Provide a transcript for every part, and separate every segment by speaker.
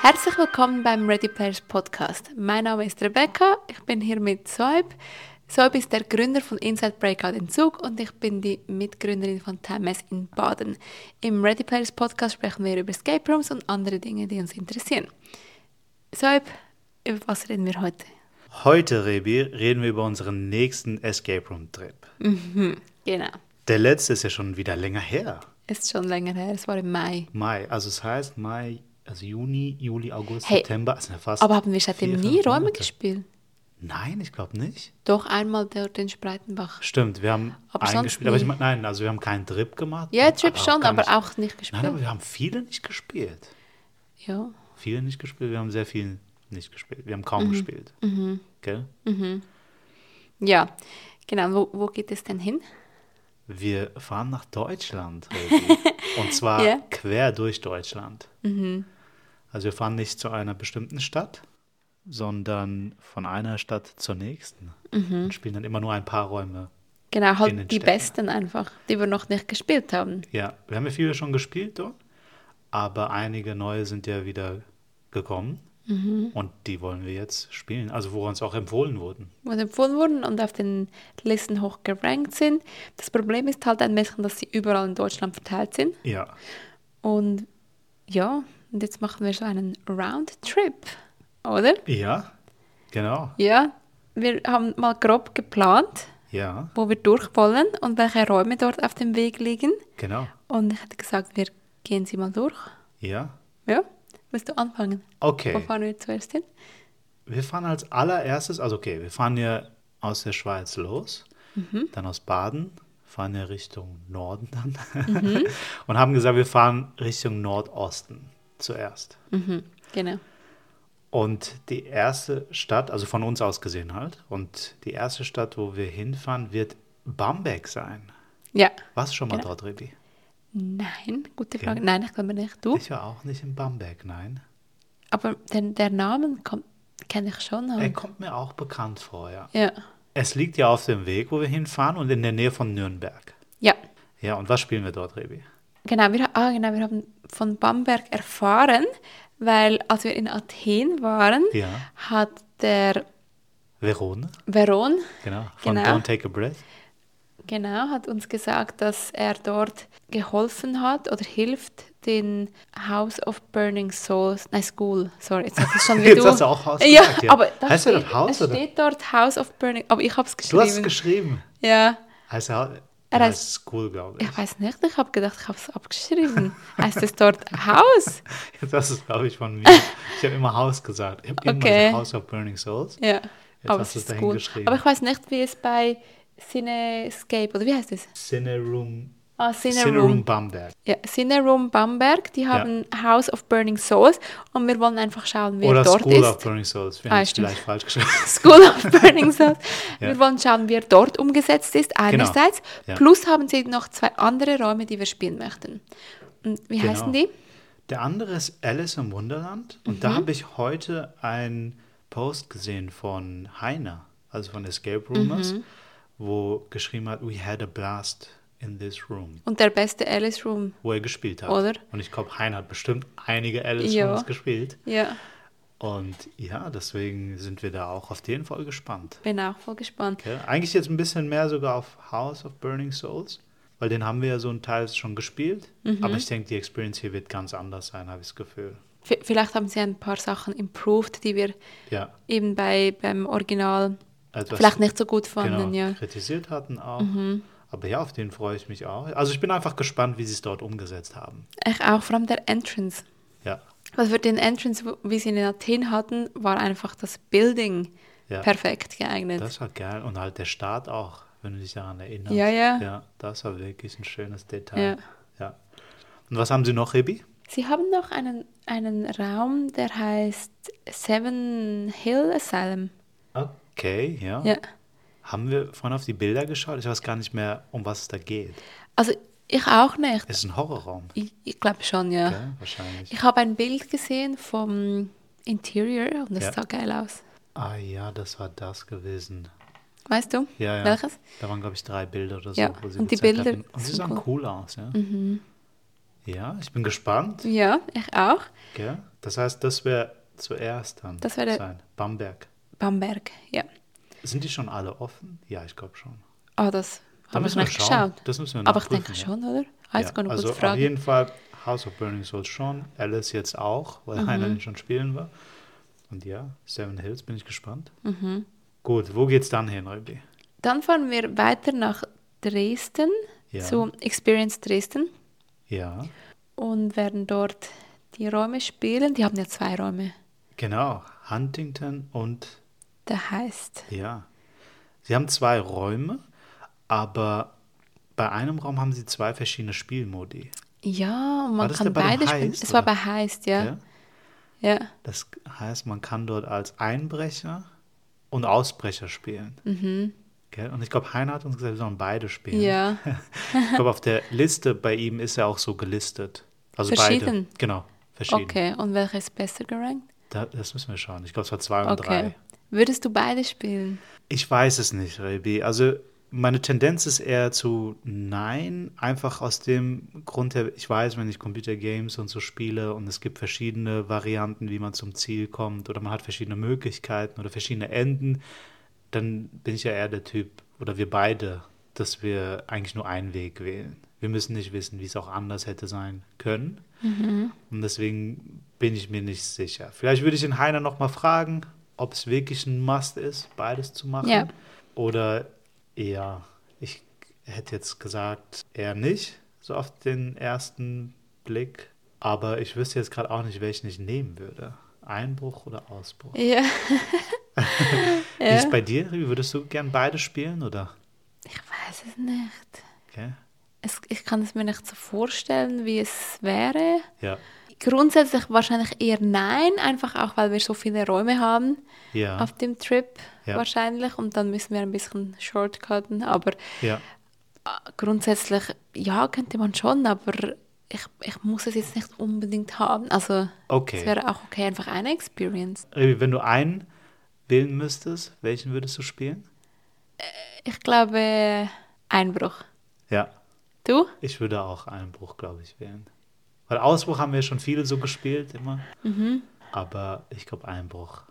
Speaker 1: Herzlich willkommen beim Ready Players Podcast. Mein Name ist Rebecca, ich bin hier mit Soib. Soib ist der Gründer von Inside Breakout in Zug und ich bin die Mitgründerin von Times in Baden. Im Ready Players Podcast sprechen wir über Escape Rooms und andere Dinge, die uns interessieren. Soib, über was reden wir heute?
Speaker 2: Heute, Rebi, reden wir über unseren nächsten Escape Room Trip.
Speaker 1: Genau,
Speaker 2: Der letzte ist ja schon wieder länger her.
Speaker 1: ist schon länger her, es war im Mai.
Speaker 2: Mai, also es heißt Mai, also Juni, Juli, August,
Speaker 1: Hey,
Speaker 2: September, also fast.
Speaker 1: Aber haben wir seitdem
Speaker 2: vier,
Speaker 1: nie
Speaker 2: fünf
Speaker 1: Räume
Speaker 2: Monate.
Speaker 1: gespielt?
Speaker 2: Nein, ich glaube nicht.
Speaker 1: Doch einmal dort in Spreitenbach.
Speaker 2: Stimmt, wir haben
Speaker 1: Aber sonst
Speaker 2: eingespielt, aber ich
Speaker 1: nie.
Speaker 2: meine, nein, also wir haben keinen Trip gemacht.
Speaker 1: Ja, Trip schon,
Speaker 2: gar
Speaker 1: aber
Speaker 2: nicht-
Speaker 1: auch nicht gespielt.
Speaker 2: Nein, aber wir haben viele nicht gespielt.
Speaker 1: ja.
Speaker 2: Viele nicht gespielt, wir haben sehr viel nicht gespielt. Wir haben kaum
Speaker 1: Mhm.
Speaker 2: gespielt. Gell?
Speaker 1: ja, genau. Wo, wo geht es denn hin?
Speaker 2: Wir fahren nach Deutschland. Rosi. Und zwar
Speaker 1: Ja.
Speaker 2: quer durch Deutschland. Also wir fahren nicht zu einer bestimmten Stadt, sondern von einer Stadt zur nächsten. Und spielen dann immer nur ein paar Räume.
Speaker 1: Genau,
Speaker 2: In den
Speaker 1: halt die
Speaker 2: Städten.
Speaker 1: besten einfach, die wir noch nicht gespielt haben.
Speaker 2: Ja, wir haben ja viele schon gespielt dort, aber einige neue sind ja wieder gekommen. Und die wollen wir jetzt spielen. Also wo uns auch empfohlen wurden.
Speaker 1: Und empfohlen wurden und auf den Listen hoch gerankt sind. Das Problem ist halt ein bisschen, dass sie überall in Deutschland verteilt sind.
Speaker 2: Ja.
Speaker 1: Und ja, und jetzt machen wir so einen Roundtrip, oder?
Speaker 2: Ja, genau.
Speaker 1: Ja, wir haben mal grob geplant,
Speaker 2: Ja,
Speaker 1: wo wir durch wollen und welche Räume dort auf dem Weg liegen.
Speaker 2: genau.
Speaker 1: Und ich hätte gesagt, wir gehen sie mal durch.
Speaker 2: Ja.
Speaker 1: Ja, willst du anfangen?
Speaker 2: Okay.
Speaker 1: Wo fahren wir zuerst hin?
Speaker 2: Wir fahren als allererstes, also okay, wir fahren ja aus der Schweiz los, dann aus Baden, fahren ja Richtung Norden dann und haben gesagt, wir fahren Richtung Nordosten zuerst.
Speaker 1: Genau.
Speaker 2: Und die erste Stadt, also von uns aus gesehen halt, und die erste Stadt, wo wir hinfahren, wird Bamberg sein.
Speaker 1: Ja.
Speaker 2: Warst du schon mal
Speaker 1: Genau.
Speaker 2: dort, Rebi?
Speaker 1: Nein, gute
Speaker 2: Ja.
Speaker 1: Frage. Nein, ich glaube nicht. Du?
Speaker 2: Ich war auch nicht in Bamberg, nein.
Speaker 1: Aber der, der Name kommt, kenne ich schon.
Speaker 2: Er
Speaker 1: Halt.
Speaker 2: kommt mir auch bekannt vor, ja.
Speaker 1: Ja.
Speaker 2: Es liegt ja auf dem Weg, wo wir hinfahren und in der Nähe von Nürnberg.
Speaker 1: Ja.
Speaker 2: Ja, und was spielen wir dort, Rebi?
Speaker 1: Genau wir, ha- ah, genau, wir haben von Bamberg erfahren, weil als wir in Athen waren,
Speaker 2: Ja.
Speaker 1: hat der
Speaker 2: Verone,
Speaker 1: Veron,
Speaker 2: genau. Von
Speaker 1: Genau.
Speaker 2: Don't Take a Breath.
Speaker 1: genau, hat uns gesagt, dass er dort geholfen hat oder hilft den House of Burning Souls, nein, School, sorry, jetzt hast du es schon wie
Speaker 2: Jetzt
Speaker 1: du.
Speaker 2: hast du auch Haus
Speaker 1: ja,
Speaker 2: gesagt, ja.
Speaker 1: aber da
Speaker 2: Heißt er
Speaker 1: steht,
Speaker 2: dort Haus,
Speaker 1: es
Speaker 2: oder?
Speaker 1: steht dort House of Burning, aber ich habe es
Speaker 2: Du
Speaker 1: geschrieben.
Speaker 2: hast es geschrieben.
Speaker 1: ja.
Speaker 2: Heißt er, er
Speaker 1: Er heißt-
Speaker 2: heißt School, glaube ich.
Speaker 1: Ich weiß nicht, ich habe gedacht, ich habe es abgeschrieben. heißt es dort Haus?
Speaker 2: Das ist, glaube ich, von mir. Ich habe immer Haus gesagt. Ich habe immer
Speaker 1: Okay.
Speaker 2: gesagt, House of Burning Souls.
Speaker 1: Ja. aber
Speaker 2: hast
Speaker 1: es
Speaker 2: du es
Speaker 1: ist
Speaker 2: dahin
Speaker 1: gut.
Speaker 2: geschrieben.
Speaker 1: Aber ich weiß nicht, wie es bei Cinescape oder wie heißt es?
Speaker 2: Cineroom,
Speaker 1: Ah, Cineroom.
Speaker 2: Cineroom Bamberg.
Speaker 1: Ja, Cineroom Bamberg, die haben House of Burning Souls und wir wollen einfach schauen, wer
Speaker 2: Oder
Speaker 1: dort
Speaker 2: School
Speaker 1: ist.
Speaker 2: of Burning Souls. Wir
Speaker 1: Ah,
Speaker 2: haben es
Speaker 1: stimmt.
Speaker 2: vielleicht falsch geschrieben.
Speaker 1: School of Burning Souls.
Speaker 2: Ja. Genau.
Speaker 1: Wir wollen schauen, wie er dort umgesetzt ist, einerseits.
Speaker 2: Ja.
Speaker 1: Plus haben sie noch zwei andere Räume, die wir spielen möchten. Und wie
Speaker 2: Genau.
Speaker 1: heißen die?
Speaker 2: Der andere ist Alice im Wunderland. Und
Speaker 1: Mhm.
Speaker 2: da habe ich heute einen Post gesehen von Heiner, also von Escape Roomers,
Speaker 1: Mhm.
Speaker 2: wo geschrieben hat, we had a blast in this room.
Speaker 1: Und der beste Alice Room.
Speaker 2: wo er gespielt hat.
Speaker 1: Oder?
Speaker 2: Und ich glaube, Hein hat bestimmt einige Alice
Speaker 1: Ja.
Speaker 2: Rooms gespielt.
Speaker 1: Ja.
Speaker 2: Und ja, deswegen sind wir da auch auf jeden Fall gespannt.
Speaker 1: Bin auch voll gespannt.
Speaker 2: Gell? Eigentlich jetzt ein bisschen mehr sogar auf House of Burning Souls, weil den haben wir ja so einen Teil schon gespielt.
Speaker 1: Mhm.
Speaker 2: Aber ich denke, die Experience hier wird ganz anders sein, habe ich das Gefühl.
Speaker 1: V- Vielleicht haben sie ein paar Sachen improved, die wir
Speaker 2: Ja,
Speaker 1: eben bei, beim Original
Speaker 2: etwas
Speaker 1: vielleicht nicht so gut
Speaker 2: genau,
Speaker 1: fanden. Ja. Mhm.
Speaker 2: kritisiert hatten auch. Aber ja, auf den freue ich mich auch. Also ich bin einfach gespannt, wie sie es dort umgesetzt haben.
Speaker 1: Ich auch vor allem der Entrance.
Speaker 2: Ja,
Speaker 1: Was wir den Entrance, wo- wie sie ihn in Athen hatten, war einfach das Building
Speaker 2: Ja.
Speaker 1: perfekt geeignet.
Speaker 2: Das war geil. Und halt der Start auch, wenn du dich daran erinnerst.
Speaker 1: Ja, ja.
Speaker 2: Ja, das war wirklich ein schönes Detail.
Speaker 1: Ja.
Speaker 2: Ja. Und was haben sie noch, Rebi?
Speaker 1: Sie haben noch einen, einen Raum, der heißt Seven Hill Asylum.
Speaker 2: Okay, ja.
Speaker 1: Ja.
Speaker 2: Haben wir vorhin auf die Bilder geschaut? Ich weiß gar nicht mehr, um was es da geht.
Speaker 1: Also ich auch nicht.
Speaker 2: Es ist ein Horrorraum,
Speaker 1: Ich, ich glaube schon, ja.
Speaker 2: gell? wahrscheinlich.
Speaker 1: Ich habe ein Bild gesehen vom Interior und das
Speaker 2: Ja.
Speaker 1: sah geil aus.
Speaker 2: Ah ja, das war das gewesen.
Speaker 1: Weißt du?
Speaker 2: Ja, ja.
Speaker 1: Welches?
Speaker 2: Da waren, glaube ich, drei Bilder oder so.
Speaker 1: Ja,
Speaker 2: wo sie
Speaker 1: und die
Speaker 2: gezeigt
Speaker 1: Bilder
Speaker 2: hatten. Und sie
Speaker 1: sind
Speaker 2: sahen
Speaker 1: cool. Mhm.
Speaker 2: cool aus, ja. Ja, ich bin gespannt,
Speaker 1: Ja, ich auch.
Speaker 2: gell? Das heißt, das wäre zuerst dann
Speaker 1: Das wäre-
Speaker 2: sein. Bamberg.
Speaker 1: Bamberg, ja.
Speaker 2: Sind die schon alle offen? Ja, ich glaube schon.
Speaker 1: Ah, das
Speaker 2: Da
Speaker 1: habe ich
Speaker 2: müssen wir
Speaker 1: nicht
Speaker 2: schauen.
Speaker 1: geschaut.
Speaker 2: Das müssen wir
Speaker 1: Aber ich
Speaker 2: nachprüfen,
Speaker 1: denke
Speaker 2: ja.
Speaker 1: schon, oder? Ah, jetzt
Speaker 2: Ja,
Speaker 1: kann ich
Speaker 2: also
Speaker 1: gut
Speaker 2: auf
Speaker 1: fragen.
Speaker 2: jeden Fall House of Burning Souls schon, Alice jetzt auch, weil
Speaker 1: Mhm.
Speaker 2: einer den schon spielen war. Und ja, Seven Hills bin ich gespannt.
Speaker 1: Mhm.
Speaker 2: Gut, wo geht's dann hin, Ruby?
Speaker 1: Dann fahren wir weiter nach Dresden,
Speaker 2: Ja.
Speaker 1: zu Experience Dresden
Speaker 2: Ja,
Speaker 1: und werden dort die Räume spielen. Die haben ja zwei Räume.
Speaker 2: genau, Huntington und
Speaker 1: Der heißt,
Speaker 2: ja. Sie haben zwei Räume, aber bei einem Raum haben sie zwei verschiedene Spielmodi.
Speaker 1: ja, und man
Speaker 2: das
Speaker 1: kann
Speaker 2: der bei dem
Speaker 1: beide spielen.
Speaker 2: Heist,
Speaker 1: es war
Speaker 2: oder?
Speaker 1: bei Heist, ja.
Speaker 2: Ja.
Speaker 1: ja.
Speaker 2: Das heißt, man kann dort als Einbrecher und Ausbrecher spielen. Gell? Und ich glaube, Heiner hat uns gesagt, wir sollen beide spielen.
Speaker 1: Mhm. Ja.
Speaker 2: ich glaube, auf der Liste bei ihm ist er auch so gelistet. Also
Speaker 1: Verschieden.
Speaker 2: beide. Genau, verschieden.
Speaker 1: Okay, und welcher ist besser gerankt?
Speaker 2: Da, das müssen wir schauen. Ich glaube, es war zwei und
Speaker 1: Okay.
Speaker 2: drei.
Speaker 1: Würdest du beide spielen?
Speaker 2: Ich weiß es nicht, Rebi. Also meine Tendenz ist eher zu nein, einfach aus dem Grund her, ich weiß, wenn ich Computergames und so spiele und es gibt verschiedene Varianten, wie man zum Ziel kommt oder man hat verschiedene Möglichkeiten oder verschiedene Enden, dann bin ich ja eher der Typ oder wir beide, dass wir eigentlich nur einen Weg wählen. Wir müssen nicht wissen, wie es auch anders hätte sein können. Und deswegen bin ich mir nicht sicher. Vielleicht würde ich den Heiner nochmal fragen, ob es wirklich ein Must ist, beides zu machen.
Speaker 1: Ja.
Speaker 2: Oder eher, ich hätte jetzt gesagt, eher nicht, so auf den ersten Blick. Aber ich wüsste jetzt gerade auch nicht, welchen ich nehmen würde. Einbruch oder Ausbruch.
Speaker 1: Ja.
Speaker 2: Wie ist
Speaker 1: ja.
Speaker 2: es bei dir? Rivi? Würdest du gern beide spielen oder?
Speaker 1: Ich weiß es nicht.
Speaker 2: Okay.
Speaker 1: Es, ich kann es mir nicht so vorstellen, wie es wäre.
Speaker 2: Ja.
Speaker 1: Grundsätzlich wahrscheinlich eher nein, einfach auch, weil wir so viele Räume haben
Speaker 2: Ja.
Speaker 1: auf dem Trip
Speaker 2: Ja.
Speaker 1: wahrscheinlich und dann müssen wir ein bisschen shortcutten. Aber
Speaker 2: ja.
Speaker 1: äh, grundsätzlich, ja, könnte man schon, aber ich, ich muss es jetzt nicht unbedingt haben. Also
Speaker 2: Okay.
Speaker 1: es wäre auch okay, einfach eine Experience.
Speaker 2: Rivi, wenn du einen wählen müsstest, welchen würdest du spielen?
Speaker 1: Ich glaube, Einbruch.
Speaker 2: Ja.
Speaker 1: Du?
Speaker 2: Ich würde auch Einbruch, glaube ich, wählen. Weil Ausbruch haben wir schon viele so gespielt immer.
Speaker 1: Mhm.
Speaker 2: Aber ich glaube Einbruch.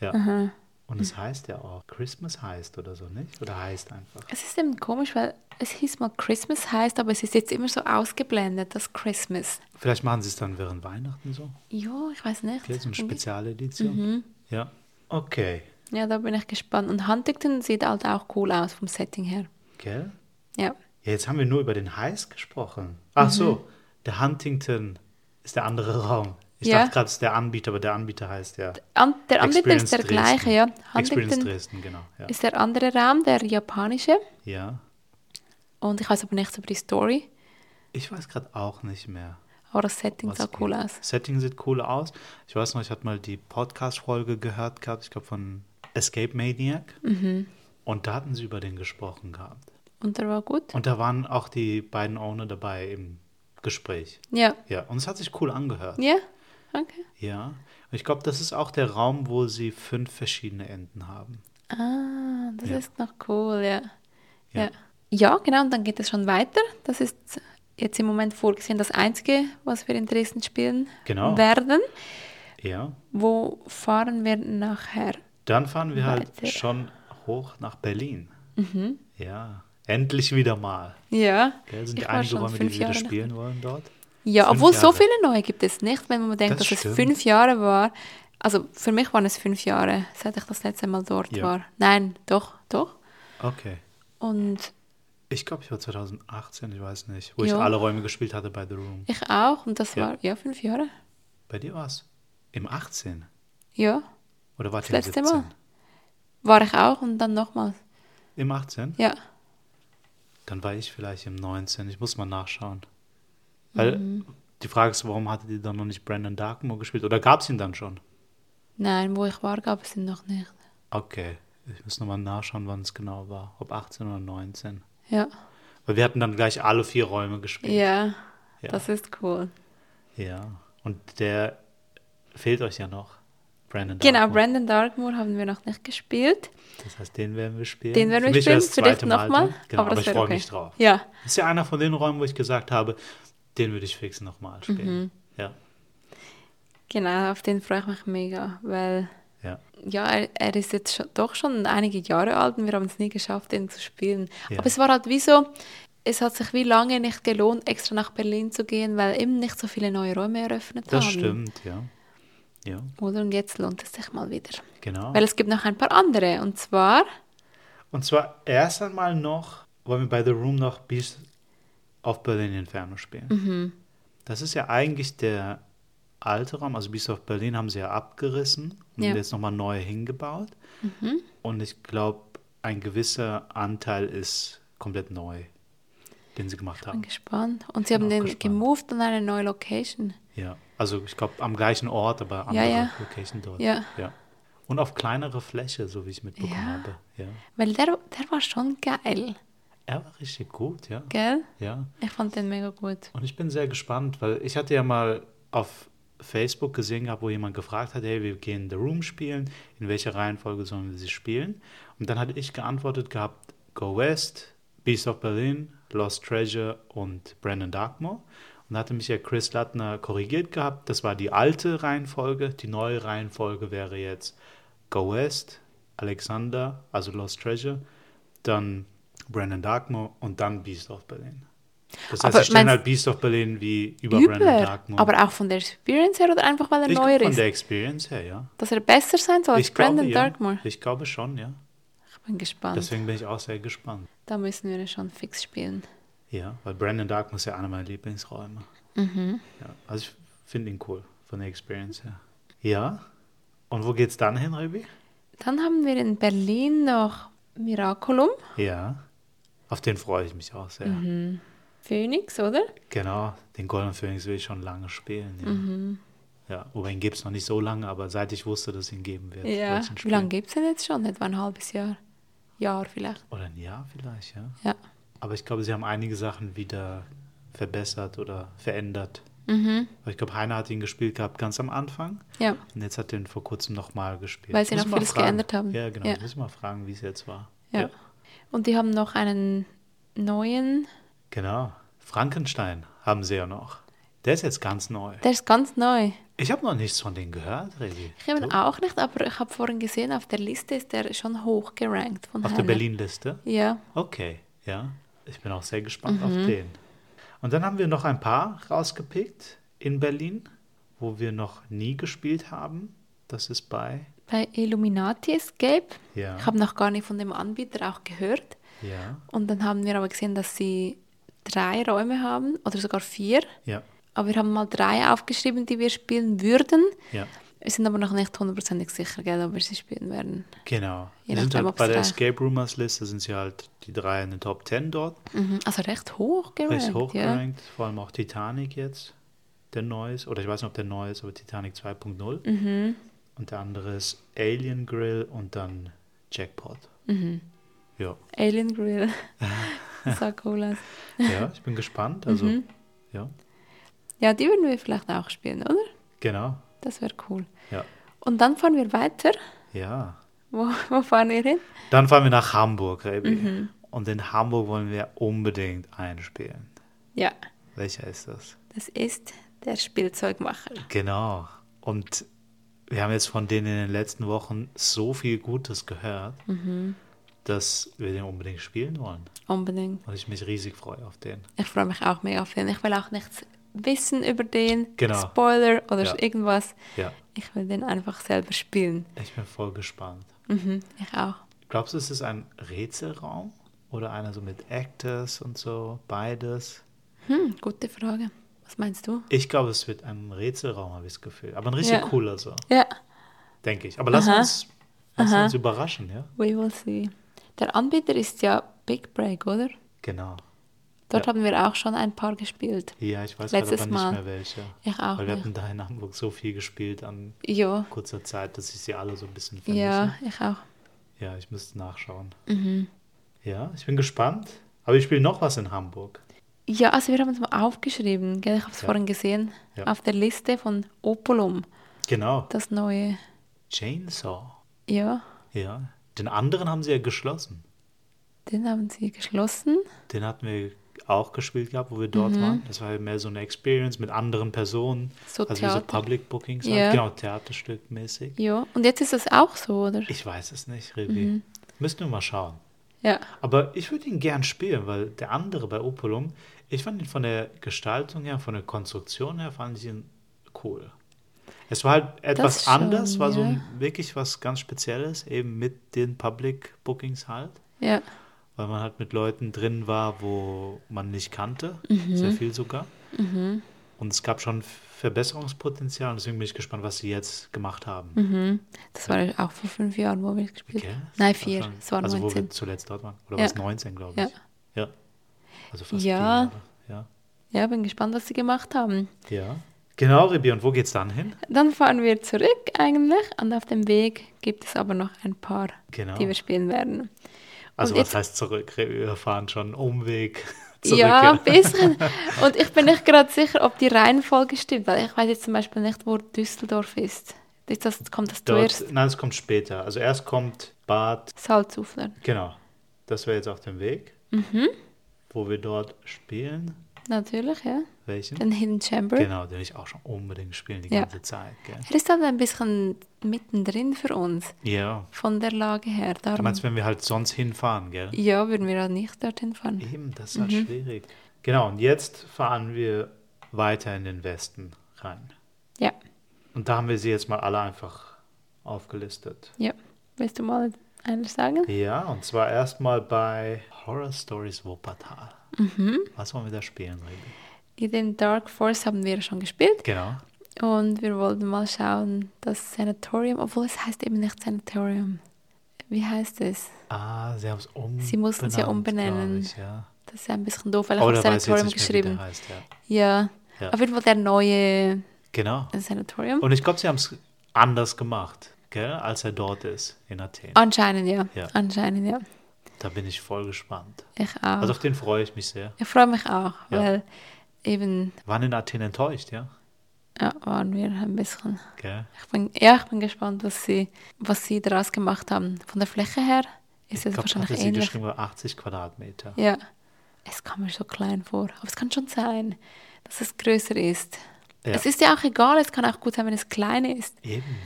Speaker 2: Ja. Und es heißt ja auch Christmas heißt oder so, nicht? Oder heißt einfach.
Speaker 1: Es ist eben komisch, weil es hieß mal Christmas heißt, aber es ist jetzt immer so ausgeblendet, das Christmas.
Speaker 2: Vielleicht machen sie es dann während Weihnachten so.
Speaker 1: Ja, ich weiß nicht.
Speaker 2: Okay, so eine
Speaker 1: Irgendwie- Mhm.
Speaker 2: Spezialedition. Ja. Okay.
Speaker 1: Ja, da bin ich gespannt. Und Huntington sieht halt auch cool aus vom Setting her.
Speaker 2: Gell?
Speaker 1: Ja.
Speaker 2: Ja, jetzt haben wir nur über den Heiß gesprochen. Ach so, der Huntington ist der andere Raum. Ich
Speaker 1: Mhm. Ja.
Speaker 2: dachte gerade, es ist der Anbieter, aber der Anbieter heißt ja.
Speaker 1: An der Anbieter
Speaker 2: Experience
Speaker 1: ist der
Speaker 2: Dresden.
Speaker 1: gleiche, ja.
Speaker 2: Experience
Speaker 1: Huntington
Speaker 2: Dresden, genau. Ja.
Speaker 1: ist der andere Raum, der japanische.
Speaker 2: ja.
Speaker 1: Und ich weiß aber nichts über die Story.
Speaker 2: Ich weiß gerade auch nicht mehr.
Speaker 1: Aber das Setting sah
Speaker 2: was
Speaker 1: cool
Speaker 2: geht.
Speaker 1: aus.
Speaker 2: Setting sieht cool aus. Ich weiß noch, ich hatte mal die Podcast-Folge gehört gehabt, ich glaube von Escape Maniac.
Speaker 1: Mhm.
Speaker 2: Und da hatten sie über den gesprochen gehabt.
Speaker 1: Und der war gut.
Speaker 2: Und da waren auch die beiden Owner dabei im Gespräch.
Speaker 1: Ja.
Speaker 2: Ja, und es hat sich cool angehört.
Speaker 1: Ja? Okay.
Speaker 2: Ja. Und ich glaube, das ist auch der Raum, wo sie fünf verschiedene Enden haben.
Speaker 1: Ah, das
Speaker 2: Ja.
Speaker 1: ist noch cool, ja.
Speaker 2: Ja.
Speaker 1: ja. Ja. Ja, genau, und dann geht es schon weiter. Das ist jetzt im Moment vorgesehen das Einzige, was wir in Dresden spielen
Speaker 2: Genau.
Speaker 1: werden.
Speaker 2: Ja.
Speaker 1: Wo fahren wir nachher?
Speaker 2: Dann fahren wir halt
Speaker 1: Weiter.
Speaker 2: schon hoch nach Berlin.
Speaker 1: Mhm.
Speaker 2: Ja. Endlich wieder mal.
Speaker 1: Ja,
Speaker 2: Gell, sind
Speaker 1: ich
Speaker 2: ja
Speaker 1: war
Speaker 2: einige
Speaker 1: schon
Speaker 2: Räume, die
Speaker 1: fünf
Speaker 2: wir wieder
Speaker 1: Jahre nach-
Speaker 2: spielen wollen dort.
Speaker 1: Ja,
Speaker 2: Fünf
Speaker 1: obwohl so
Speaker 2: Jahre.
Speaker 1: viele neue gibt es nicht, wenn man denkt,
Speaker 2: Das
Speaker 1: dass
Speaker 2: stimmt.
Speaker 1: es fünf Jahre war. Also für mich waren es fünf Jahre, seit ich das letzte Mal dort
Speaker 2: Ja.
Speaker 1: war. Nein, doch, doch.
Speaker 2: Okay.
Speaker 1: Und
Speaker 2: Ich glaube, ich war 2018, ich weiß nicht, wo
Speaker 1: Jo.
Speaker 2: ich alle Räume gespielt hatte bei The Room.
Speaker 1: ich auch, und das
Speaker 2: Ja.
Speaker 1: war ja fünf Jahre.
Speaker 2: Bei dir war's im 18
Speaker 1: Ja,
Speaker 2: oder war
Speaker 1: Das
Speaker 2: im
Speaker 1: letzte
Speaker 2: 17?
Speaker 1: Mal. war ich auch und dann nochmals.
Speaker 2: Im 18?
Speaker 1: Ja,
Speaker 2: Dann war ich vielleicht im 19. Ich muss mal nachschauen. Weil
Speaker 1: Mhm.
Speaker 2: die Frage ist, warum hattet ihr dann noch nicht Brandon Darkmoor gespielt oder gab es ihn dann schon?
Speaker 1: nein, wo ich war, gab es ihn noch nicht.
Speaker 2: Okay, ich muss nochmal nachschauen, wann es genau war, ob 18 oder 19.
Speaker 1: Ja,
Speaker 2: Weil wir hatten dann gleich alle vier Räume gespielt.
Speaker 1: ja,
Speaker 2: Ja.
Speaker 1: das ist cool.
Speaker 2: Ja. Und der fehlt euch ja noch. Brandon
Speaker 1: Genau,
Speaker 2: Darkmoor.
Speaker 1: Brandon Darkmoor haben wir noch nicht gespielt.
Speaker 2: Das heißt, den werden wir spielen.
Speaker 1: Den werden
Speaker 2: Für
Speaker 1: wir
Speaker 2: mich
Speaker 1: spielen,
Speaker 2: wär's das
Speaker 1: vielleicht
Speaker 2: zweite Mal
Speaker 1: nochmal.
Speaker 2: dann. Genau, aber,
Speaker 1: das
Speaker 2: ich
Speaker 1: wär
Speaker 2: freue
Speaker 1: okay.
Speaker 2: mich drauf.
Speaker 1: Ja,
Speaker 2: Ist ja einer
Speaker 1: Mhm.
Speaker 2: von den Räumen, wo ich gesagt habe, den würde ich fix nochmal spielen. Ja.
Speaker 1: Genau, auf den freue ich mich mega, weil
Speaker 2: Ja.
Speaker 1: ja, er, er ist jetzt schon, doch schon einige Jahre alt und wir haben es nie geschafft, ihn zu spielen.
Speaker 2: Ja.
Speaker 1: Aber es war halt wie so, es hat sich wie lange nicht gelohnt, extra nach Berlin zu gehen, weil eben nicht so viele neue Räume eröffnet
Speaker 2: Das
Speaker 1: haben.
Speaker 2: stimmt, ja. Ja,
Speaker 1: Oder und jetzt lohnt es sich mal wieder.
Speaker 2: genau.
Speaker 1: Weil es gibt noch ein paar andere und zwar,
Speaker 2: Und zwar erst einmal noch, wollen wir bei The Room noch Beast of Berlin Inferno spielen.
Speaker 1: Mhm.
Speaker 2: Das ist ja eigentlich der alte Raum, also Beast of Berlin haben sie ja abgerissen und
Speaker 1: Ja. Mhm.
Speaker 2: jetzt nochmal neu hingebaut. Und ich glaube, ein gewisser Anteil ist komplett neu, den sie gemacht
Speaker 1: bin
Speaker 2: haben.
Speaker 1: gespannt, und sie
Speaker 2: bin
Speaker 1: haben
Speaker 2: auch
Speaker 1: den
Speaker 2: gespannt.
Speaker 1: gemoved an eine neue Location.
Speaker 2: Ja. Also ich glaube, am gleichen Ort, aber andere
Speaker 1: ja.
Speaker 2: Location dort.
Speaker 1: Ja.
Speaker 2: ja. Und auf kleinere Fläche, so wie ich mitbekommen
Speaker 1: Ja.
Speaker 2: habe. Ja.
Speaker 1: Weil der, der war schon geil,
Speaker 2: Er war richtig gut, ja.
Speaker 1: gell?
Speaker 2: Ja.
Speaker 1: Ich fand den mega gut.
Speaker 2: Und ich bin sehr gespannt, weil ich hatte ja mal auf Facebook gesehen gehabt, wo jemand gefragt hat, hey, wir gehen The Room spielen, in welcher Reihenfolge sollen wir sie spielen? Und dann hatte ich geantwortet gehabt, Go West, Beast of Berlin, Lost Treasure und Brandon Darkmore. Und da hatte mich ja Chris Lattner korrigiert gehabt, das war die alte Reihenfolge, die neue Reihenfolge wäre jetzt Go West, Alexander, also Lost Treasure, dann Brandon Darkmore und dann Beast of Berlin. Das heißt,
Speaker 1: Aber
Speaker 2: ich stelle
Speaker 1: meinst-
Speaker 2: halt Beast of Berlin wie über,
Speaker 1: Über,
Speaker 2: Brandon Darkmore.
Speaker 1: aber auch von der Experience her oder einfach weil er
Speaker 2: ich
Speaker 1: neuer
Speaker 2: von
Speaker 1: ist?
Speaker 2: der Experience her, ja.
Speaker 1: Dass er besser sein soll als
Speaker 2: ich
Speaker 1: Brandon
Speaker 2: glaube,
Speaker 1: Darkmore.
Speaker 2: Ja. Ich glaube schon, ja.
Speaker 1: Ich bin gespannt.
Speaker 2: Deswegen bin ich auch sehr gespannt.
Speaker 1: da müssen wir schon fix spielen.
Speaker 2: Ja, weil Brandon Darkmore ist ja einer meiner Lieblingsräume.
Speaker 1: Mhm.
Speaker 2: Ja, also ich finde ihn cool von der Experience her. Ja. Und wo geht's dann hin, Rebi?
Speaker 1: Dann haben wir in Berlin noch Miraculum,
Speaker 2: Ja. Auf den freue ich mich auch sehr.
Speaker 1: Mhm. Phoenix, oder?
Speaker 2: Genau, den Golden Phoenix will ich schon lange spielen. Ja,
Speaker 1: Mhm.
Speaker 2: ja wobei ihn gibt es noch nicht so lange, aber seit ich wusste, dass es ihn geben wird.
Speaker 1: Ja.
Speaker 2: wollte ich ihn
Speaker 1: Wie lange
Speaker 2: spielen.
Speaker 1: gibt es denn jetzt schon? Etwa ein halbes Jahr? Jahr vielleicht.
Speaker 2: Oder ein Jahr vielleicht, ja.
Speaker 1: Ja.
Speaker 2: Aber ich glaube, sie haben einige Sachen wieder verbessert oder verändert.
Speaker 1: Mhm.
Speaker 2: Aber ich glaube, Heiner hat ihn gespielt gehabt ganz am Anfang
Speaker 1: Ja.
Speaker 2: und jetzt hat er ihn vor kurzem nochmal gespielt.
Speaker 1: Weil
Speaker 2: Ich
Speaker 1: sie
Speaker 2: muss
Speaker 1: noch
Speaker 2: mal
Speaker 1: vieles
Speaker 2: fragen.
Speaker 1: geändert haben.
Speaker 2: Ja, genau.
Speaker 1: Ja.
Speaker 2: Ich muss mal fragen, wie es jetzt war.
Speaker 1: ja. Und die haben noch einen neuen,
Speaker 2: Genau. Frankenstein haben sie ja noch. Der ist jetzt ganz neu.
Speaker 1: der ist ganz neu.
Speaker 2: Ich habe noch nichts von denen gehört, Revi.
Speaker 1: Ich habe ihn auch nicht, aber ich habe vorhin gesehen, auf der Liste ist der schon hoch gerankt von
Speaker 2: Auf der
Speaker 1: Hannah.
Speaker 2: Berlin-Liste?
Speaker 1: Ja.
Speaker 2: Okay, ja. Ich bin auch sehr
Speaker 1: Mhm.
Speaker 2: gespannt auf den. Und dann haben wir noch ein paar rausgepickt in Berlin, wo wir noch nie gespielt haben. Das ist bei.
Speaker 1: Bei Illuminati Escape.
Speaker 2: Ja.
Speaker 1: Ich habe noch gar nicht von dem Anbieter auch gehört.
Speaker 2: Ja.
Speaker 1: Und dann haben wir aber gesehen, dass sie drei Räume haben oder sogar vier.
Speaker 2: Ja.
Speaker 1: Aber wir haben mal drei aufgeschrieben, die wir spielen würden.
Speaker 2: Ja.
Speaker 1: Wir sind aber noch nicht hundertprozentig sicher, gell, ob wir sie spielen werden.
Speaker 2: Genau.
Speaker 1: Je
Speaker 2: Die sind
Speaker 1: nachdem,
Speaker 2: halt
Speaker 1: ob's
Speaker 2: bei der
Speaker 1: da-
Speaker 2: Escape Rumors Liste sind sie halt die drei in den Top Ten dort.
Speaker 1: Mhm. Also recht hoch gerankt.
Speaker 2: Recht hoch
Speaker 1: ja.
Speaker 2: gerankt. Vor allem auch Titanic jetzt. Der neue ist. Oder ich weiß nicht, ob der neue ist, aber Titanic 2.0.
Speaker 1: Mhm.
Speaker 2: Und der andere ist Alien Grill und dann Jackpot.
Speaker 1: Mhm.
Speaker 2: Ja.
Speaker 1: Alien Grill. so cool aus.
Speaker 2: Ja, ich bin gespannt. Also, ja,
Speaker 1: Ja, die würden wir vielleicht auch spielen, oder?
Speaker 2: genau.
Speaker 1: Das wäre cool.
Speaker 2: Ja.
Speaker 1: Und dann fahren wir weiter.
Speaker 2: ja.
Speaker 1: Wo, wo fahren wir hin?
Speaker 2: Dann fahren wir nach Hamburg, Rebi. Und in Hamburg wollen wir unbedingt einspielen.
Speaker 1: Ja,
Speaker 2: Welcher ist das?
Speaker 1: das ist der Spielzeugmacher.
Speaker 2: Genau. Und wir haben jetzt von denen in den letzten Wochen so viel Gutes gehört, dass wir den unbedingt spielen wollen.
Speaker 1: Unbedingt.
Speaker 2: Und ich mich riesig freue auf den.
Speaker 1: Ich freue mich auch mega auf den. Ich will auch nichts wissen über den.
Speaker 2: Genau.
Speaker 1: Spoiler oder
Speaker 2: Ja.
Speaker 1: irgendwas.
Speaker 2: Ja,
Speaker 1: Ich will den einfach selber spielen.
Speaker 2: ich bin voll gespannt.
Speaker 1: Mhm, ich auch.
Speaker 2: Glaubst du, es ist ein Rätselraum? Oder einer so mit Actors und so? Beides?
Speaker 1: Hm, gute Frage. Was meinst du?
Speaker 2: Ich glaube, es wird ein Rätselraum, habe ich das Gefühl. Aber ein richtig
Speaker 1: Ja.
Speaker 2: cooler so,
Speaker 1: Ja,
Speaker 2: denke ich. Aber lass
Speaker 1: Aha.
Speaker 2: uns, lass uns überraschen, ja?
Speaker 1: we will see. Der Anbieter ist ja Big Break, oder?
Speaker 2: Genau.
Speaker 1: Dort
Speaker 2: Ja.
Speaker 1: haben wir auch schon ein paar gespielt.
Speaker 2: Ja, ich weiß
Speaker 1: Letztes
Speaker 2: gerade aber
Speaker 1: Mal.
Speaker 2: nicht mehr welche.
Speaker 1: Ich auch
Speaker 2: Weil wir
Speaker 1: nicht.
Speaker 2: hatten da in Hamburg so viel gespielt an
Speaker 1: Ja,
Speaker 2: kurzer Zeit, dass ich sie alle so ein bisschen vermisse.
Speaker 1: ja, Mhm.
Speaker 2: Ja,
Speaker 1: ich auch.
Speaker 2: ja ich müsste nachschauen. Ja, ich bin gespannt. Aber ich spiele noch was in Hamburg.
Speaker 1: Ja, also wir haben es mal aufgeschrieben. Gell? Ich habe es vorhin gesehen.
Speaker 2: Ja.
Speaker 1: Auf der Liste von Opolum.
Speaker 2: Genau.
Speaker 1: Das neue.
Speaker 2: Chainsaw.
Speaker 1: Ja,
Speaker 2: Ja. Den anderen haben sie ja geschlossen.
Speaker 1: den haben sie geschlossen.
Speaker 2: Den hatten wir auch gespielt gehabt, wo wir dort
Speaker 1: Mhm.
Speaker 2: waren. Das war halt mehr so eine Experience mit anderen Personen.
Speaker 1: So
Speaker 2: also wie so
Speaker 1: Theater.
Speaker 2: Public Bookings.
Speaker 1: Ja.
Speaker 2: Halt. Genau, Theaterstück mäßig.
Speaker 1: Ja, und jetzt ist das auch so, oder?
Speaker 2: Ich weiß es nicht, Rebi.
Speaker 1: Mhm.
Speaker 2: Müssen wir mal schauen.
Speaker 1: Ja.
Speaker 2: Aber ich würde ihn gern spielen, weil der andere bei Opulum, ich fand ihn von der Gestaltung her, von der Konstruktion her, fand ich ihn cool. Es war halt etwas
Speaker 1: schon,
Speaker 2: anders, war so
Speaker 1: ja.
Speaker 2: ein, wirklich was ganz Spezielles, eben mit den Public Bookings halt,
Speaker 1: Ja.
Speaker 2: weil man halt mit Leuten drin war, wo man nicht kannte,
Speaker 1: Mhm.
Speaker 2: sehr viel sogar. Und es gab schon Verbesserungspotenzial und deswegen bin ich gespannt, was sie jetzt gemacht haben.
Speaker 1: Das war auch vor fünf Jahren, wo wir es gespielt
Speaker 2: Gell?
Speaker 1: haben. Mhm. Nein, vier.
Speaker 2: Schon-
Speaker 1: Es war
Speaker 2: also wo
Speaker 1: 19.
Speaker 2: wir zuletzt dort waren. Oder
Speaker 1: Ja.
Speaker 2: was 19, glaube ich. Ja. Also fast
Speaker 1: Ja.
Speaker 2: vier Jahre.
Speaker 1: Ja, bin gespannt, was sie gemacht haben.
Speaker 2: Ja. ja. Genau, Rebi, und wo geht's dann hin?
Speaker 1: Dann fahren wir zurück eigentlich und auf dem Weg gibt es aber noch ein paar,
Speaker 2: Genau.
Speaker 1: die wir spielen werden.
Speaker 2: Also
Speaker 1: und
Speaker 2: was
Speaker 1: jetzt,
Speaker 2: heißt zurück? Rebi, wir fahren schon einen Umweg zurück.
Speaker 1: ja, ein bisschen. Und ich bin nicht gerade sicher, ob die Reihenfolge stimmt, weil ich weiß jetzt zum Beispiel nicht, wo Düsseldorf ist. Ist Das, kommt das zuerst?
Speaker 2: Dort, nein, es kommt später. Also erst kommt Bad,
Speaker 1: Salzufler.
Speaker 2: genau. Das wäre jetzt auf dem Weg.
Speaker 1: Mhm.
Speaker 2: Wo wir dort spielen.
Speaker 1: Natürlich, ja.
Speaker 2: Welchen?
Speaker 1: Den Hidden Chamber.
Speaker 2: Genau, den will ich auch schon unbedingt spielen die
Speaker 1: Ja.
Speaker 2: ganze Zeit. Gell?
Speaker 1: Er ist aber ein bisschen mittendrin für uns,
Speaker 2: Ja.
Speaker 1: von der Lage her.
Speaker 2: Du
Speaker 1: Darum,
Speaker 2: meinst, wenn wir halt sonst hinfahren, gell?
Speaker 1: Ähm. ja, Mhm. würden wir auch nicht dorthin fahren.
Speaker 2: Eben, das ist halt schwierig. Genau, und jetzt fahren wir weiter in den Westen rein.
Speaker 1: Ja,
Speaker 2: Und da haben wir sie jetzt mal alle einfach aufgelistet.
Speaker 1: ja. Willst du mal einer sagen?
Speaker 2: Ja, und zwar erstmal bei Horror Stories Wuppertal.
Speaker 1: Mhm.
Speaker 2: Was wollen wir da spielen, Rebi?
Speaker 1: In dem Dark Force haben wir schon gespielt
Speaker 2: Genau.
Speaker 1: und wir wollten mal schauen, das Sanatorium, obwohl es heißt eben nicht Sanatorium. Wie heißt es?
Speaker 2: Ah, sie haben es umbenennen.
Speaker 1: mussten es ja umbenennen.
Speaker 2: glaub Ich, ja.
Speaker 1: Das ist ein bisschen doof, weil ich habe
Speaker 2: Oder Oh, weiß ich jetzt
Speaker 1: Sanatorium
Speaker 2: nicht mehr, wie
Speaker 1: geschrieben.
Speaker 2: der heißt, ja.
Speaker 1: Ja.
Speaker 2: Ja.
Speaker 1: Auf jeden Fall der neue
Speaker 2: Genau.
Speaker 1: Sanatorium.
Speaker 2: Und ich glaube, sie haben es anders gemacht, gell, als er dort ist, in Athen.
Speaker 1: Anscheinend ja.
Speaker 2: Ja.
Speaker 1: Anscheinend ja.
Speaker 2: Da bin ich voll gespannt.
Speaker 1: Ich auch.
Speaker 2: Also auf den freue ich mich sehr.
Speaker 1: ich freue mich auch,
Speaker 2: Ja.
Speaker 1: weil eben
Speaker 2: Waren in Athen enttäuscht, ja?
Speaker 1: ja, waren wir ein bisschen.
Speaker 2: Gell?
Speaker 1: Ich bin, ja, ich bin gespannt, was sie, was sie daraus gemacht haben. Von der Fläche her ist
Speaker 2: Ich
Speaker 1: es
Speaker 2: glaube, hatte
Speaker 1: wahrscheinlich
Speaker 2: sie
Speaker 1: ähnlich.
Speaker 2: geschrieben 80 Quadratmeter.
Speaker 1: Ja, es kam mir so klein vor. Aber es kann schon sein, dass es größer ist.
Speaker 2: Ja.
Speaker 1: Es ist ja auch egal, es kann auch gut sein, wenn es klein ist.
Speaker 2: Eben.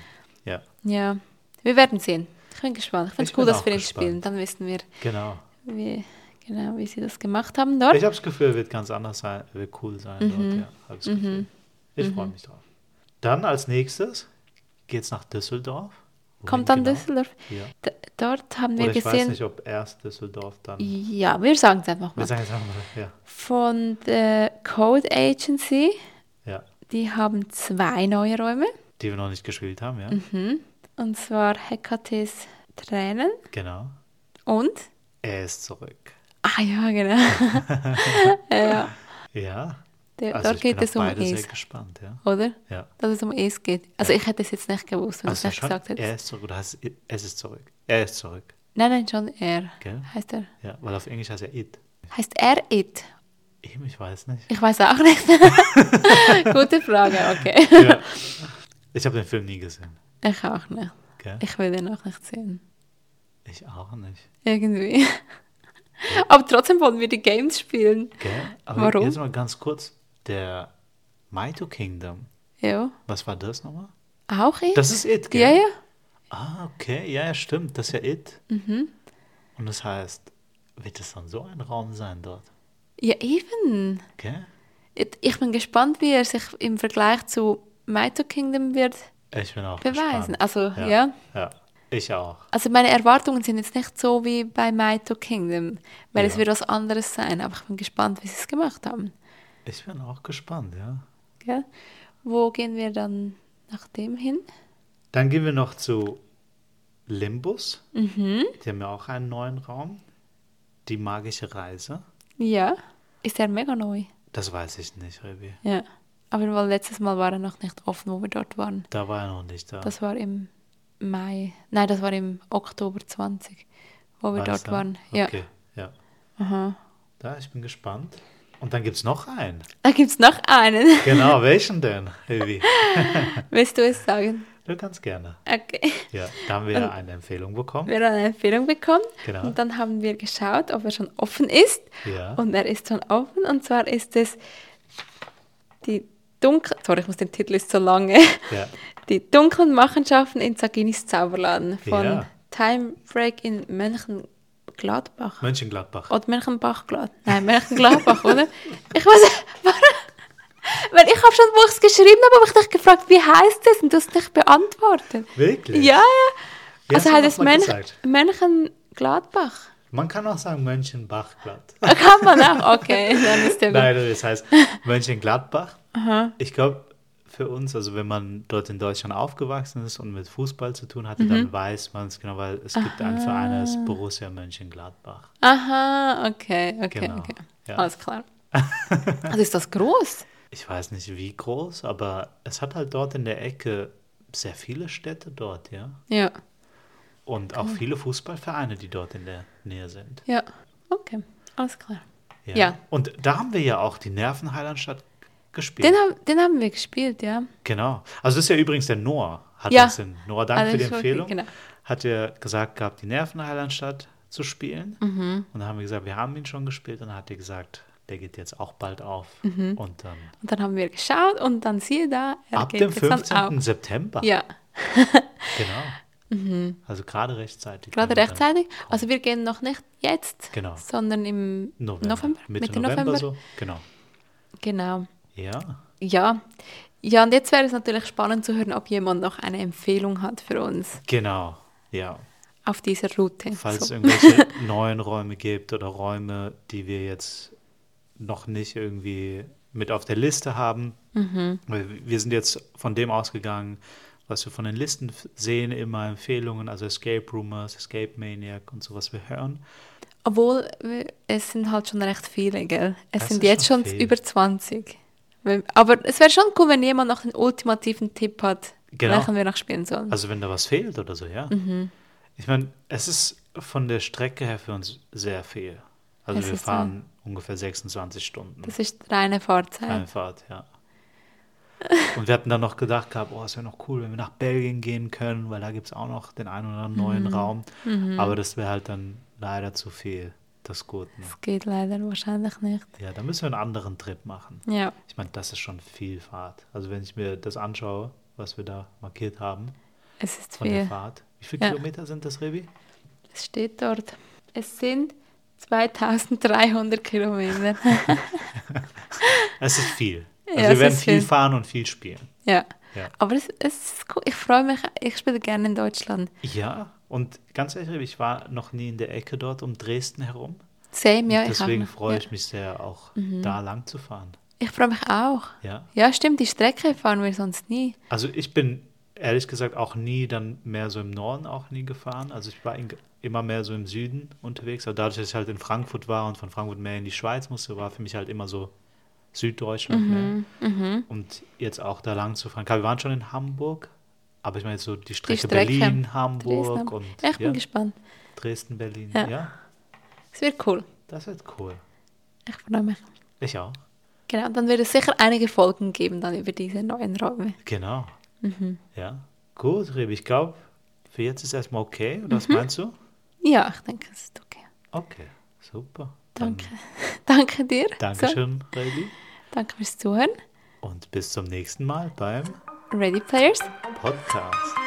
Speaker 2: Ja,
Speaker 1: Ja, wir werden sehen. Ich bin gespannt. Ich finde
Speaker 2: Ich
Speaker 1: es cool,
Speaker 2: bin
Speaker 1: dass
Speaker 2: auch
Speaker 1: wir ihn
Speaker 2: gespannt.
Speaker 1: spielen. Dann wissen wir,
Speaker 2: genau.
Speaker 1: wie, genau, wie sie das gemacht haben dort.
Speaker 2: Ich habe das Gefühl, wird ganz anders sein, wird cool sein
Speaker 1: Mhm.
Speaker 2: dort. Ja, hab ich das Gefühl. ich freue mich drauf. Dann als nächstes geht's nach Düsseldorf. Wohin
Speaker 1: Kommt dann
Speaker 2: genau?
Speaker 1: Düsseldorf.
Speaker 2: Ja.
Speaker 1: D dort haben wir
Speaker 2: Oder ich weiß
Speaker 1: gesehen.
Speaker 2: nicht, ob erst Düsseldorf dann.
Speaker 1: Ja, wir sagen es einfach
Speaker 2: Wir
Speaker 1: mal.
Speaker 2: sagen jetzt einfach mal, ja.
Speaker 1: Von der Code Agency,
Speaker 2: ja.
Speaker 1: die haben zwei neue Räume.
Speaker 2: Die wir noch nicht gespielt haben, ja.
Speaker 1: Mhm. Und zwar Hekates Tränen
Speaker 2: Genau.
Speaker 1: und.
Speaker 2: Er ist zurück.
Speaker 1: Ah ja, genau. Äh, ja.
Speaker 2: Ja.
Speaker 1: Der,
Speaker 2: Also
Speaker 1: dort
Speaker 2: ich bin
Speaker 1: geht
Speaker 2: auf
Speaker 1: es um
Speaker 2: beide
Speaker 1: Es,
Speaker 2: sehr gespannt, ja.
Speaker 1: oder?
Speaker 2: Ja.
Speaker 1: Dass es um Es geht. Also ich hätte es jetzt nicht gewusst, wenn du es
Speaker 2: Hast du
Speaker 1: nicht
Speaker 2: Also schon?
Speaker 1: gesagt
Speaker 2: Er
Speaker 1: hättest.
Speaker 2: ist zurück oder heißt es es ist zurück? Er ist zurück.
Speaker 1: Nein, nein, schon er.
Speaker 2: Gell?
Speaker 1: Heißt er.
Speaker 2: Ja, weil auf Englisch heißt er it.
Speaker 1: Heißt er It?
Speaker 2: Eben, ich weiß nicht.
Speaker 1: Ich weiß auch nicht. Gute Frage, okay.
Speaker 2: Ja. Ich habe den Film nie gesehen.
Speaker 1: Ich auch nicht.
Speaker 2: Gell?
Speaker 1: Ich will den auch nicht sehen.
Speaker 2: Ich auch nicht.
Speaker 1: Irgendwie. Aber trotzdem wollen wir die Games spielen.
Speaker 2: Gell? Aber
Speaker 1: Warum?
Speaker 2: Jetzt mal ganz kurz. Der Maito Kingdom.
Speaker 1: Ja.
Speaker 2: Was war das nochmal?
Speaker 1: Auch ich?
Speaker 2: Das ist It, gell?
Speaker 1: Ja, ja.
Speaker 2: Ah, okay. Ja, ja, stimmt. Das ist ja It.
Speaker 1: Mhm.
Speaker 2: Und das heißt, wird es dann so ein Raum sein dort?
Speaker 1: Ja, eben.
Speaker 2: Gell?
Speaker 1: Ich bin gespannt, wie er sich im Vergleich zu Maito Kingdom wird
Speaker 2: Ich bin auch
Speaker 1: beweisen.
Speaker 2: gespannt.
Speaker 1: Also,
Speaker 2: ja.
Speaker 1: ja.
Speaker 2: Ja, ich auch.
Speaker 1: Also meine Erwartungen sind jetzt nicht so wie bei Maito Kingdom, weil es
Speaker 2: Ja.
Speaker 1: wird was anderes sein, aber ich bin gespannt, wie sie es gemacht haben.
Speaker 2: Ich bin auch gespannt, ja.
Speaker 1: Gell? Wo gehen wir dann nach dem hin?
Speaker 2: Dann gehen wir noch zu Limbus.
Speaker 1: Mhm.
Speaker 2: Die haben ja auch einen neuen Raum. Die magische Reise.
Speaker 1: Ja. Ist der mega neu?
Speaker 2: Das weiß ich nicht, Rebi.
Speaker 1: Ja. Aber weil letztes Mal war er noch nicht offen, wo wir dort waren.
Speaker 2: Da war er noch nicht da.
Speaker 1: Das war im Mai. Nein, das war im Oktober 20, wo wir
Speaker 2: War das
Speaker 1: dort
Speaker 2: da?
Speaker 1: waren. Ja.
Speaker 2: Okay, ja. Da, ich bin gespannt. Und dann gibt es noch einen.
Speaker 1: Da gibt es noch einen.
Speaker 2: Genau, welchen denn, Evi?
Speaker 1: Willst du es sagen?
Speaker 2: Du kannst gerne.
Speaker 1: Okay.
Speaker 2: Ja, da haben wir
Speaker 1: Ähm,
Speaker 2: ja eine Empfehlung bekommen.
Speaker 1: Wir haben eine Empfehlung bekommen
Speaker 2: Genau.
Speaker 1: und dann haben wir geschaut, ob er schon offen ist.
Speaker 2: Ja.
Speaker 1: Und er ist schon offen und zwar ist es die dunklen, sorry, ich muss den Titel ist so lange,
Speaker 2: Ja.
Speaker 1: die dunklen Machenschaften in Zaginis Zauberladen von
Speaker 2: Ja.
Speaker 1: Time Break in Mönchengladbach.
Speaker 2: Mönchengladbach.
Speaker 1: Oder Mönchengladbach. Nein, Mönchengladbach, oder? Ich weiß nicht, warum. Weil ich habe schon, wo ich es geschrieben habe, habe ich dich gefragt, wie heißt es? Und du hast es nicht beantwortet.
Speaker 2: Wirklich?
Speaker 1: Ja,
Speaker 2: Wie
Speaker 1: ja. Also
Speaker 2: hast du
Speaker 1: heißt es
Speaker 2: nochmal
Speaker 1: Mönch
Speaker 2: gesagt?
Speaker 1: Mönchengladbach.
Speaker 2: Man kann auch sagen Mönchengladbach.
Speaker 1: Da kann man auch. Okay, dann ist der
Speaker 2: Nein, das heißt Mönchengladbach. Ich glaube, für uns, also wenn man dort in Deutschland aufgewachsen ist und mit Fußball zu tun hatte,
Speaker 1: Mhm.
Speaker 2: dann weiß man es genau, weil es gibt einen Verein, der
Speaker 1: Ah.
Speaker 2: ist Borussia Mönchengladbach.
Speaker 1: Aha, okay, okay,
Speaker 2: Genau,
Speaker 1: okay.
Speaker 2: ja.
Speaker 1: Alles klar. Also ist das groß?
Speaker 2: Ich weiß nicht wie groß, aber es hat halt dort in der Ecke sehr viele Städte dort, ja.
Speaker 1: Ja,
Speaker 2: Und auch viele Fußballvereine, die dort in der Nähe sind.
Speaker 1: ja. Okay, alles klar. Ja.
Speaker 2: Und da haben wir ja auch die Nervenheilanstadt gespielt.
Speaker 1: Den, hab, den haben wir gespielt, ja.
Speaker 2: Genau. Also das ist ja übrigens der Noah. Hat
Speaker 1: Ja.
Speaker 2: uns den Noah, danke
Speaker 1: Also
Speaker 2: für die
Speaker 1: ich wollte-
Speaker 2: Empfehlung.
Speaker 1: genau.
Speaker 2: Hat er gesagt gehabt, die Nervenheilanstadt zu spielen.
Speaker 1: Mhm.
Speaker 2: Und dann haben wir gesagt, wir haben ihn schon gespielt. Und dann hat er gesagt, der geht jetzt auch bald auf. Und dann
Speaker 1: Und dann haben wir geschaut und dann siehe da, Mhm. er
Speaker 2: ab
Speaker 1: geht
Speaker 2: dem
Speaker 1: jetzt dann
Speaker 2: 15.
Speaker 1: auf.
Speaker 2: September.
Speaker 1: Ja, Mhm.
Speaker 2: Genau. Also gerade rechtzeitig.
Speaker 1: gerade
Speaker 2: wenn wir dann-
Speaker 1: rechtzeitig. Also wir gehen noch nicht jetzt,
Speaker 2: Genau.
Speaker 1: sondern im
Speaker 2: November.
Speaker 1: November.
Speaker 2: Mitte, November, so. Genau.
Speaker 1: Genau.
Speaker 2: Ja.
Speaker 1: Ja. Ja, und jetzt wäre es natürlich spannend zu hören, ob jemand noch eine Empfehlung hat für uns
Speaker 2: Genau. Ja.
Speaker 1: auf dieser Route.
Speaker 2: Falls es
Speaker 1: so.
Speaker 2: irgendwelche neuen Räume gibt oder Räume, die wir jetzt noch nicht irgendwie mit auf der Liste haben.
Speaker 1: Mhm.
Speaker 2: Weil Wir sind jetzt von dem ausgegangen, was wir von den Listen f- sehen, immer Empfehlungen, also Escape Rumors, Escape Maniac und so, was wir hören.
Speaker 1: Obwohl, wir- es sind halt schon recht viele, gell? Es
Speaker 2: Das
Speaker 1: sind
Speaker 2: ist
Speaker 1: jetzt
Speaker 2: schon
Speaker 1: schon
Speaker 2: viel.
Speaker 1: über 20. Wenn- Aber es wäre schon cool, wenn jemand noch einen ultimativen Tipp hat,
Speaker 2: Genau.
Speaker 1: welchen wir noch spielen sollen.
Speaker 2: Also wenn da was fehlt oder so, ja.
Speaker 1: Mhm.
Speaker 2: Ich meine, es ist von der Strecke her für uns sehr viel. Also
Speaker 1: Es
Speaker 2: wir
Speaker 1: ist
Speaker 2: fahren ungefähr 26 Stunden.
Speaker 1: das ist reine Fahrzeit.
Speaker 2: Einfahrt, ja. Und wir hatten dann noch gedacht gehabt, oh, es wäre noch cool, wenn wir nach Belgien gehen können, weil da gibt es auch noch den einen oder anderen neuen
Speaker 1: Mhm.
Speaker 2: Raum. Aber das wäre halt dann leider zu viel des Guten.
Speaker 1: Das geht leider wahrscheinlich nicht.
Speaker 2: Ja, da müssen wir einen anderen Trip machen.
Speaker 1: Ja.
Speaker 2: Ich meine, das ist schon viel Fahrt. Also wenn ich mir das anschaue, was wir da markiert haben
Speaker 1: Es ist
Speaker 2: von der
Speaker 1: viel.
Speaker 2: Fahrt. Wie viele
Speaker 1: Ja.
Speaker 2: Kilometer sind das, Rebi?
Speaker 1: Es steht dort. Es sind 2300 Kilometer.
Speaker 2: Es ist viel. Also
Speaker 1: Ja,
Speaker 2: wir
Speaker 1: es
Speaker 2: werden
Speaker 1: ist
Speaker 2: viel
Speaker 1: viel.
Speaker 2: fahren und viel spielen.
Speaker 1: ja.
Speaker 2: Ja.
Speaker 1: Aber es, es ist cool. Ich freue mich. Ich spiele gerne in Deutschland.
Speaker 2: Ja, und ganz ehrlich, ich war noch nie in der Ecke dort um Dresden herum.
Speaker 1: Same, ja.
Speaker 2: Deswegen
Speaker 1: ich auch noch.
Speaker 2: freue
Speaker 1: ja. Mhm.
Speaker 2: ich mich sehr, auch da lang zu fahren.
Speaker 1: Ich freue mich auch.
Speaker 2: Ja.
Speaker 1: Ja, stimmt. Die Strecke fahren wir sonst nie.
Speaker 2: Also ich bin ehrlich gesagt auch nie dann mehr so im Norden auch nie gefahren. Also ich war in, immer mehr so im Süden unterwegs. Aber dadurch, dass ich halt in Frankfurt war und von Frankfurt mehr in die Schweiz musste, war für mich halt immer so Süddeutschland
Speaker 1: Mhm,
Speaker 2: mehr. Und jetzt auch da lang zu fahren. Klar, wir waren schon in Hamburg, aber ich meine jetzt so die
Speaker 1: Die
Speaker 2: Strecke,
Speaker 1: Strecke.
Speaker 2: Berlin, Hamburg
Speaker 1: Dresden.
Speaker 2: und
Speaker 1: ja, ich bin
Speaker 2: ja,
Speaker 1: gespannt.
Speaker 2: Dresden, Berlin. Ja.
Speaker 1: Ja. Es wird cool.
Speaker 2: das wird cool.
Speaker 1: Ich freue mich.
Speaker 2: Ich auch.
Speaker 1: Genau, dann wird es sicher einige Folgen geben dann über diese neuen Räume.
Speaker 2: Genau. Ja. Gut, Rebi, ich glaube, für jetzt ist erstmal okay. Oder was meinst du?
Speaker 1: Ja, ich denke, es ist okay.
Speaker 2: Okay, super. Dann
Speaker 1: Danke. Danke dir. So,
Speaker 2: Dankeschön, Rebi.
Speaker 1: danke fürs Zuhören.
Speaker 2: Und bis zum nächsten Mal beim
Speaker 1: Ready Players?
Speaker 2: Podcast.